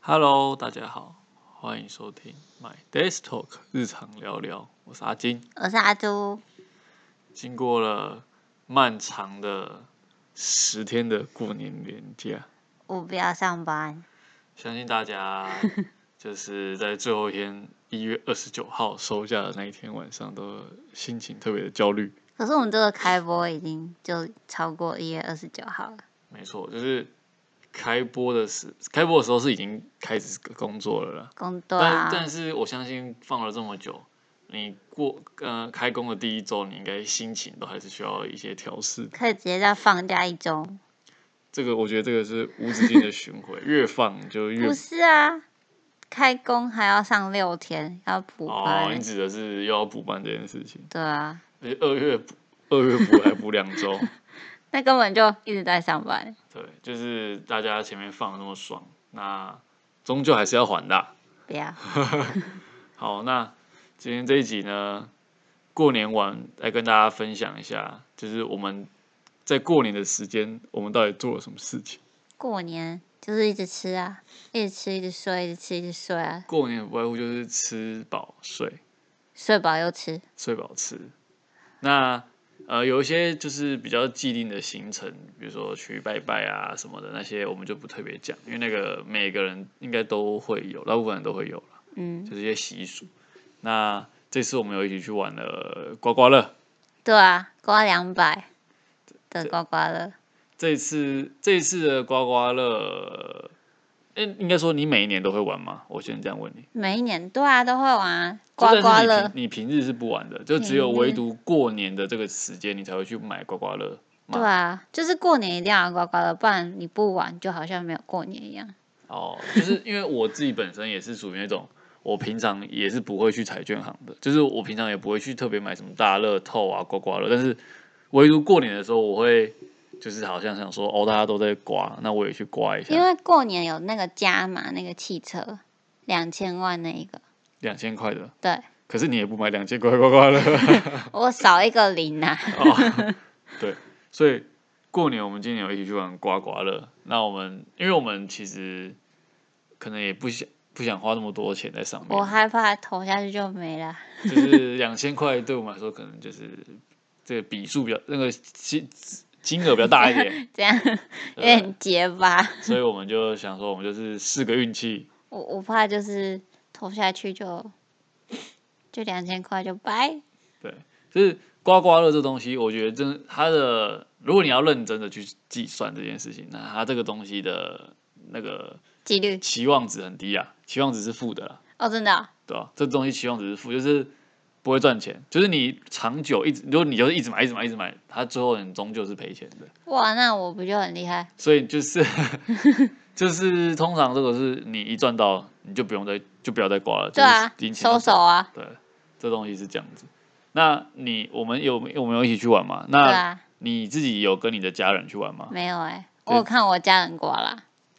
Hello，大家好，欢迎收听 My Desk Talk 日常聊聊，我是阿金。我是阿朱，经过了漫长的十天的过年连假，我不要上班，相信大家就是在最后一天一月二十九号收假的那一天晚上，都心情特别的焦虑。可是我们这个开播已经就超过一月二十九号了。没错，就是开播的时，开播的时候是已经开始工作了啦。工作但啊，但是我相信放了这么久，你过呃开工的第一周，你应该心情都还是需要一些调试。可以直接再放假一周。这个我觉得这个是无止境的循环，越放就越不是啊，开工还要上六天，要补哦，班。你指的是又要补班这件事情，对啊，而且二月补二月补还补两周， 那根本就一直在上班。对，就是大家前面放的那么爽，那终究还是要还的啊、不要，好，那今天这一集呢，过年完来跟大家分享一下，就是我们在过年的时间，我们到底做了什么事情。过年就是一直吃啊，一直吃，一直睡，一直吃，一直睡啊，过年不外乎就是吃饱睡，睡饱又吃。睡饱吃。那呃，有一些就是比较既定的行程，比如说去拜拜啊什么的那些，我们就不特别讲，因为那个每个人应该都会有，大部分人都会有啦嗯，就是一些习俗。那这次我们有一起去玩了刮刮乐，对啊，刮两百的刮刮乐，这一次这一次的刮刮乐，哎、应该说你每一年都会玩吗？我先这样问你。每一年对啊都会玩啊就刮但是刮你乐平。你平日是不玩的，就只平有唯日独过年的这个时间，你才会去买刮刮乐。对嘛啊，就是过年一定要刮刮乐，不然你不玩就好像没有过年一样。哦，就是因为我自己本身也是属于那种，我平常也是不会去彩券行的，就是我平常也不会去特别买什么大乐透啊、刮刮乐，但是唯独过年的时候，我会就是好像想说，哦，大家都在刮，那我也去刮一因下，为过年有那个加码那个汽车两千万那一个，两千块的。对可是你也不买两千块刮刮乐，我少一个 零啊。哦，对，所以过年我们今年有一起去玩刮刮乐。那我们因为我们其实可能也不想不想花那么多钱在上我面，害怕投下去就没了。就是两千块对我们来说可能就是这个笔数比较那个金金额比较大一点， 这样有对不啊点结巴。对所以我们就想说我们就是试个运气。我我怕就是投下去就就两千块就拜。对，就是刮刮乐这东西，我觉得真的它的，如果你要认真的去计算这件事情，那它这个东西的那个几率期望值很低啊，期望值是负的啦。哦，真的哦、对吧、这东西期望值是负，就是不会赚钱，就是你长久一直，如果你就是一直买、一直买、一直买，它最后你终究是赔钱的。哇，那我不就很厉害？所以就是 就是通常这个是你一赚到，你就不用再就不要再刮了，对啊就是，零钱收手。啊，对，这东西是这样子。那你我们有我们有一起去玩吗？对那啊，你自己有跟你的家人去玩吗？没有哎、对我有看我家人刮啦。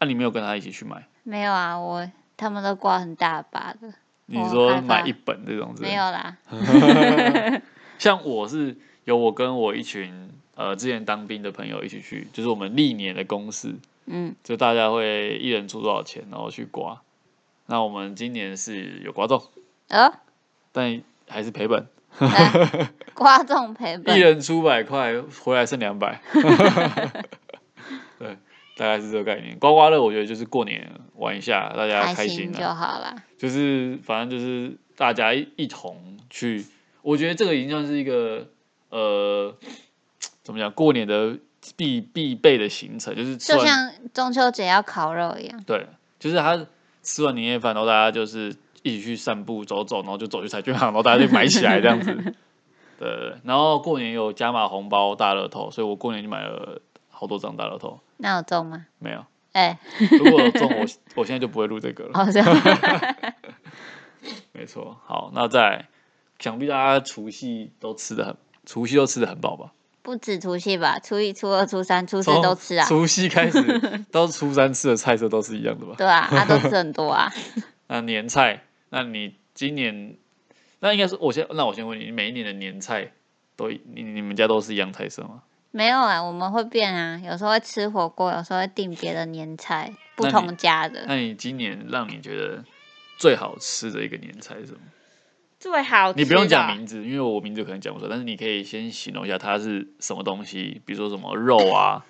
那、你没有跟他一起去买？没有啊，我他们都刮很大把的，你我说害买怕一本这种之类没的有啦。像我是有我跟我一群呃之前当兵的朋友一起去，就是我们历年的公司，嗯，就大家会一人出多少钱，然后去刮。那我们今年是有刮中，哦，但还是赔本，来刮中赔一本，人出百块，回来剩两百。对，大概是这个概念。刮刮乐我觉得就是过年玩一下，大家开心心啊就好啦。就是反正就是大家一一同去，我觉得这个已经算是一个呃，怎么讲，过年的必必备的行程，就是吃就完像中秋节要烤肉一样，对，就是他吃完年夜饭，然后大家就是一起去散步走走，然后就走去彩券行，然后大家就买起来这样子。对对，对然后过年有加码红包大乐透，所以我过年就买了好多张大乐透，那有中吗？没有。哎、如果有中我，我现在就不会录这个了。好像没错，好，那再来想必大家除夕都吃的很，除夕都吃的很饱吧？不止除夕吧，初一、初二、初三、初四从都吃啊，除夕开 始到初三吃的菜色都是一样的吧？对啊，他、都吃很多 啊。那年菜，那你今年，那应该是我先，那我先问你，你每一年的年菜都一你你们家都是一样菜色吗？没有啊，我们会变啊，有时候会吃火锅，有时候会订别的年菜，不那你同家的。那你今年让你觉得最好吃的一个年菜是什么？最好吃你不用的讲名字，因为我名字可能讲不出来，但是你可以先形容一下它是什么东西，比如说什么肉啊、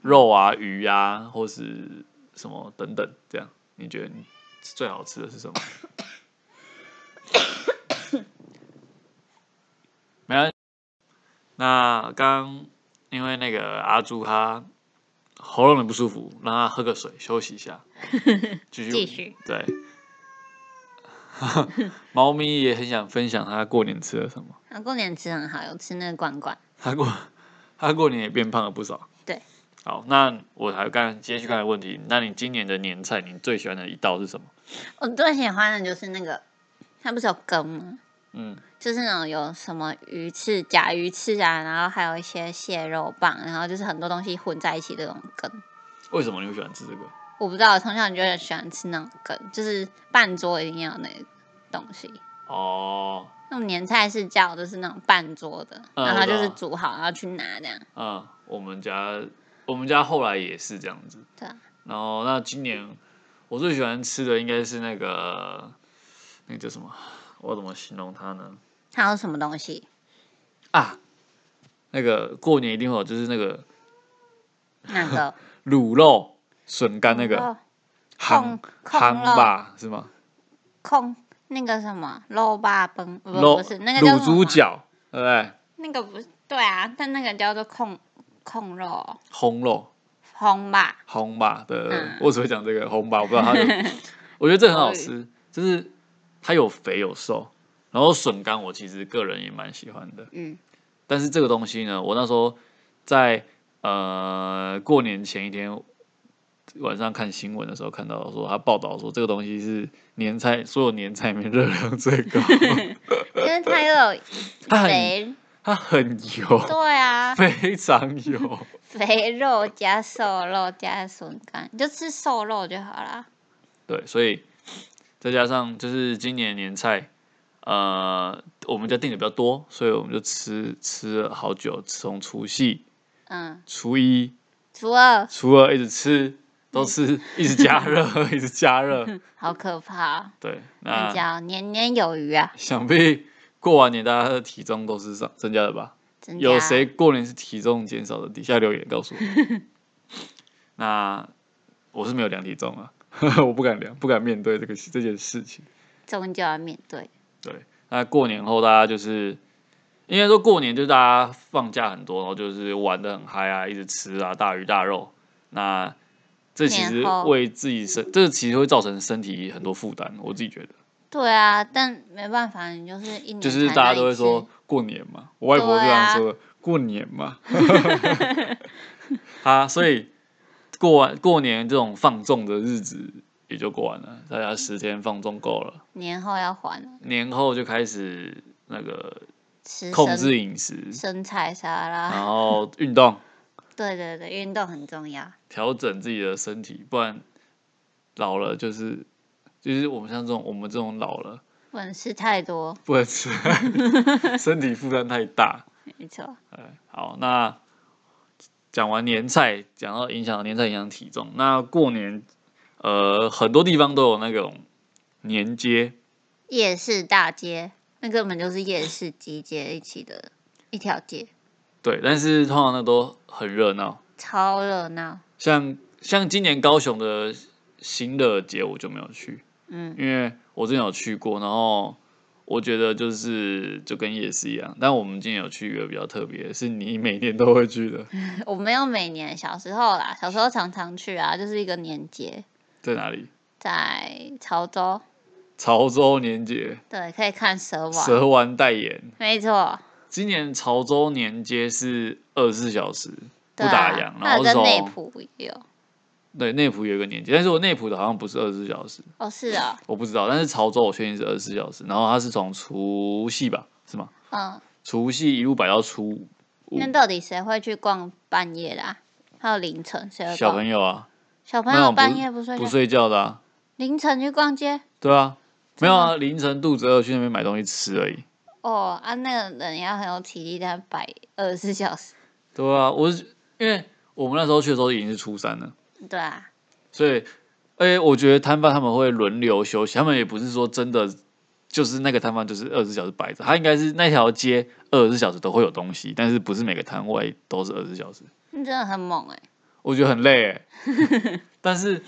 肉啊、鱼啊，或是什么等等，这样你觉得你最好吃的是什 么？没关系那刚因为那个阿朱他喉咙很不舒服，让他喝个水休息一下， 继续继续对。 猫咪也很想分享它过年吃了什么。啊，过年吃很好，有吃那个罐罐，它过 它过年也变胖了不少。对。好，那我还刚接续刚才的问题，那你今年的年菜，你最喜欢的一道是什么？我最喜欢的就是那个，它不是有羹吗？嗯，就是那种有什么鱼翅、甲鱼翅啊，然后还有一些蟹肉棒，然后就是很多东西混在一起的那种羹。为什么你会喜欢吃这个？我不知道，我从小就很喜欢吃那种羹，就是半桌一定要有那个东西。哦，那种年菜是叫就是那种半桌的，嗯然后我知就是道煮好然后去拿这样。嗯，我们家我们家后来也是这样子。对啊然后那今年我最喜欢吃的应该是那个那个叫什么？我怎么形容它呢？还有什么东西？啊，那个过年一定会有，就是那个那 个卤肉笋干那个哦杭控杭肉吧是吗？控那个什么肉霸崩，不肉不是那个叫卤什么猪脚，对不对？那个不是对啊，但那个叫做控控肉哦烘肉烘吧，烘吧的，对嗯我只会讲这个烘吧，我不知道它 的，我觉得这很好口语吃，就是它有肥有瘦，然后笋干我其实个人也蛮喜欢的，嗯，但是这个东西呢，我那时候在呃过年前一天晚上看新闻的时候，看到说他报道说这个东西是年菜所有年菜里面热量最高， 因为它又 有它很肥，它很油，对啊，非常油。 肥肉加瘦肉加笋干，你就吃瘦肉就好啦。对，所以再加上就是今年年菜，呃，我们家订的比较多，所以我们就吃吃了好久，从除夕、嗯，初一、除二除了一直吃，都吃，一直加热， 一直加热。好可怕哦，对， 那那叫年年有余啊，想必过完年大家的体重都是上增加的吧？真的有谁过年是体重减少的？底下留言告诉我。那我是没有量体重啊， 我不敢量，不敢面对这个这件事情。终究要面对？对，那过年后大家就是，应该说过年就是大家放假很多，然后就是玩的很嗨啊，一直吃啊，大鱼大肉。那这其实年后为自己身，这其实会造成身体很多负担，我自己觉得。对啊，但没办法，你就是一年就是才大那家嗯一都会次啊说过年嘛，我外婆这样说的，过年 嘛。啊，所以过完过年这种放纵的日子也就过完了，大家十天放纵够了，年后要还了年后就开始那个吃控生制饮食，生菜沙然拉，后运动，对对对，运动很重要。调整自己的身体，不然老了就是就是我们像这种我们这种老了不能吃太多，不能 吃，身体负担太大。没错。哎，好，那讲完年菜，讲到影响年菜影响体重，那过年呃很多地方都有那种年街，夜市大街，那根本就是夜市集结一起的一条街，对，但是通常那都很热闹，超热闹。像像今年高雄的新乐节我就没有去，嗯，因为我之前有去过，然后我觉得就是就跟夜市一样，但我们今天有去一个比较特别的，是你每年都会去的， 我没有每年，小时候啦，小时候常常去啊，就是一个年节，在哪里？在潮州，潮州年节，对，可以看蛇王，蛇丸代言。没错，今年潮州年街是二十四小时不对打啊烊，还然有后在从内埔也有，对内埔有一个年街，但是我内埔的好像不是二十四小时，哦是哦，我不知道，但是潮州我确定是二十四小时，然后它是从除夕吧，是吗？嗯，除夕一路摆到初五，那到底谁会去逛半夜的、啊？还有凌晨谁会小逛？朋友啊，小朋那友种不半夜不睡不觉，睡觉的啊，凌晨去逛街？对啊，没真有的啊，凌晨肚子饿去那边买东西吃而已。 哦啊，那个人要很有体力在摆二十四小时，对啊，我是因为我们那时候去的时候已经是初三了，对啊，所以，而且我觉得摊贩他们会轮流休息，他们也不是说真的就是那个摊贩就是二十四小时摆着，他应该是那条街二十四小时都会有东西，但是不是每个摊位都是二十四小时，你真的很猛哎、我觉得很累、欸。 但是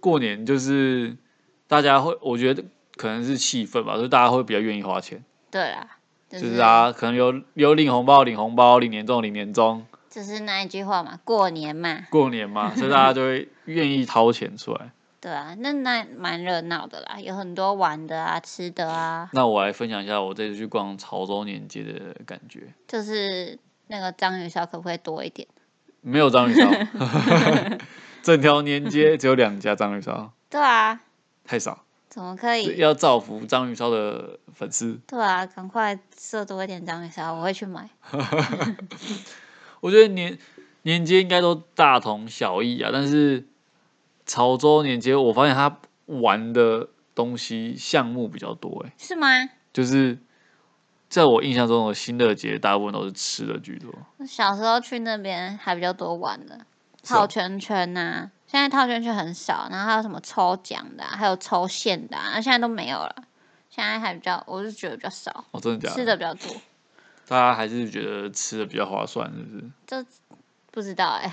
过年就是大家会，我觉得可能是气氛吧，所以大家会比较愿意花钱，对啦，就就是啊大家可能有有领红包、领红包、领年终、领年终，就是那一句话嘛，过年嘛，过年嘛，所以大家就会愿意掏钱出来。 对啊，那那蛮热闹的啦，有很多玩的啊、吃的啊，那我来分享一下我这次去逛潮州年街的感觉。就是那个章鱼烧可不可以多一点？没有章鱼烧，整条年街只有两家章鱼烧，对啊，太少，怎么可以？要造福章鱼烧的粉丝。对啊，赶快设多一点章鱼烧，我会去买。我觉得年年街应该都大同小异啊，但是潮州年街我发现它玩的东西项目比较多、欸，是吗？就是在我印象中的新乐街大部分都是吃的居多。我小时候去那边还比较多玩的，是哦套圈圈呐、现在套圈圈很少，然后还有什么抽奖的啊、还有抽线的、啊，现在都没有了。现在还比较，我是觉得比较少，哦，真的假吃的？的比较多，大家还是觉得吃的比较划算，是不是？不知道哎、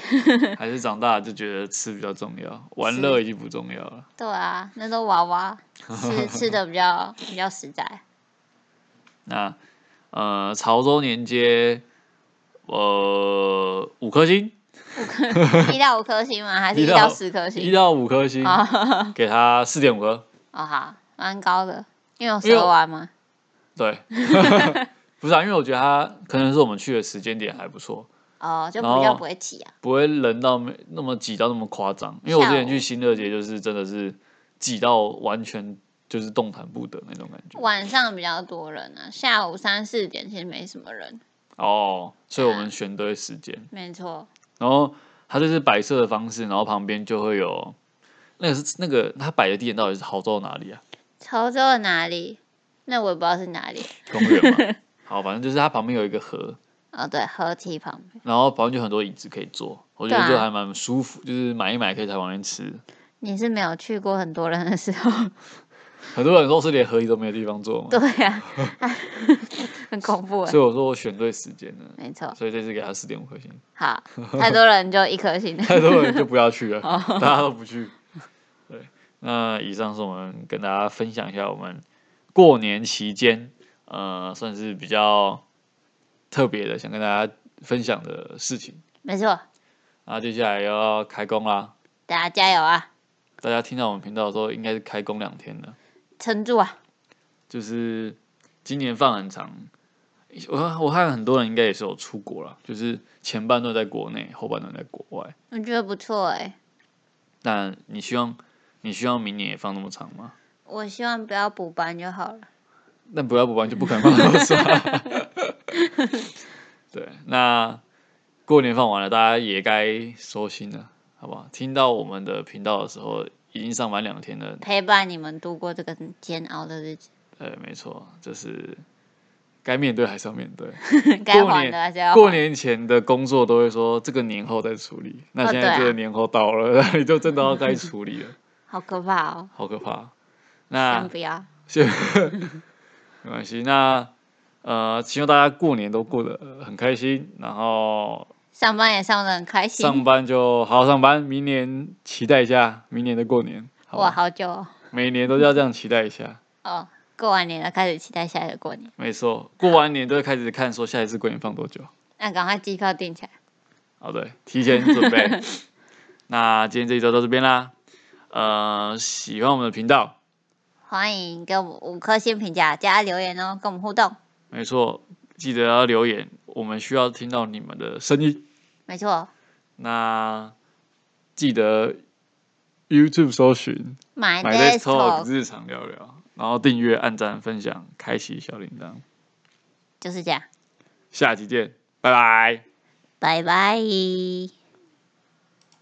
还是长大就觉得吃比较重要，玩乐已经不重要了。 对啊，那都娃娃吃吃的比较比较实 在，那呃，潮州年街，呃，五颗星，一到五颗星吗？还是一一到到十颗一星？到五颗星，啊，给它四点五颗，哦好，蛮高的，因为有因为蛇丸嘛。对， 不是啊，因为我觉得它可能是我们去的时间点还不错，哦，就比然较后不会挤啊。不会人到没那么挤到那么夸张。因为我之前下午去新乐街就是真的是挤到完全就是动弹不得那种感觉晚上比较多人啊，下午三四点其实没什么人。哦，所以我们选对时间。没错，然后它就是摆设的方式，然后旁边就会有那个是那个它摆的地点到底是潮州哪里啊？潮州的哪里？那我也不知道是哪里。公园嘛。好，反正就是它旁边有一个河，哦，对，河堤旁边。然后旁边就很多椅子可以坐，我觉得对就啊还蛮舒服，就是买一买可以在旁边吃。你是没有去过很多人的时候， 很多人说是连河里都没有地方坐嘛，对呀、啊， 很恐怖哎所。以我说我选对时间了，没错，所以这次给他四点五颗星，好，太多人就一颗星。太多人就不要去了，哦大家都不去。对，那以上是我们跟大家分享一下我们过年期间，呃，算是比较特别的，想跟大家分享的事情。 没错，那接下来要开工啦，大家加油啊，大家听到我们频道的时候，应该是开工两天了，撑住啊！就是今年放很长。我我看很多人应该也是有出国了，就是前半段在国内，后半段在国外。我觉得不错哎，那你希望你希望明年也放那么长吗？我希望不要补班就好了。但不要补完就不可能放那么长。对，那过年放完了，大家也该收心了，好不好？听到我们的频道的时候，已经上班两天了。陪伴你们度过这个煎熬的日子，呃，没错，就是该面对还是要面对。该还的还是要还过年前的工作都会说这个年后再处理，那哦现在对啊啊这个年后到了，那 你就真的要该处理了，好可怕哦！好可怕。那先不要，谢， 没关系。那呃，希望大家过年都过得呃很开心，然后上班也上的很开心。上班就好好上班，明年期待一下明年的过年，好哇，吧？好久哦每年都要这样期待一下。哦！过完年了，开始期待下一个过年。没错，过完年都会开始看说下一次过年放多久。那赶快机票订起来，哦，对，提前准备。那今天这一周到这边啦。呃，喜欢我们的频道，欢迎给我们五颗星评价加留言哦，跟我们互动。没错，记得要留言，我们需要听到你们的声音。没错，那记得 YouTube 搜寻买 My Days Days Talk Talk 日常聊聊，然后订阅、按赞、分享、开启小铃铛。就是这样，下期见，拜拜。拜拜。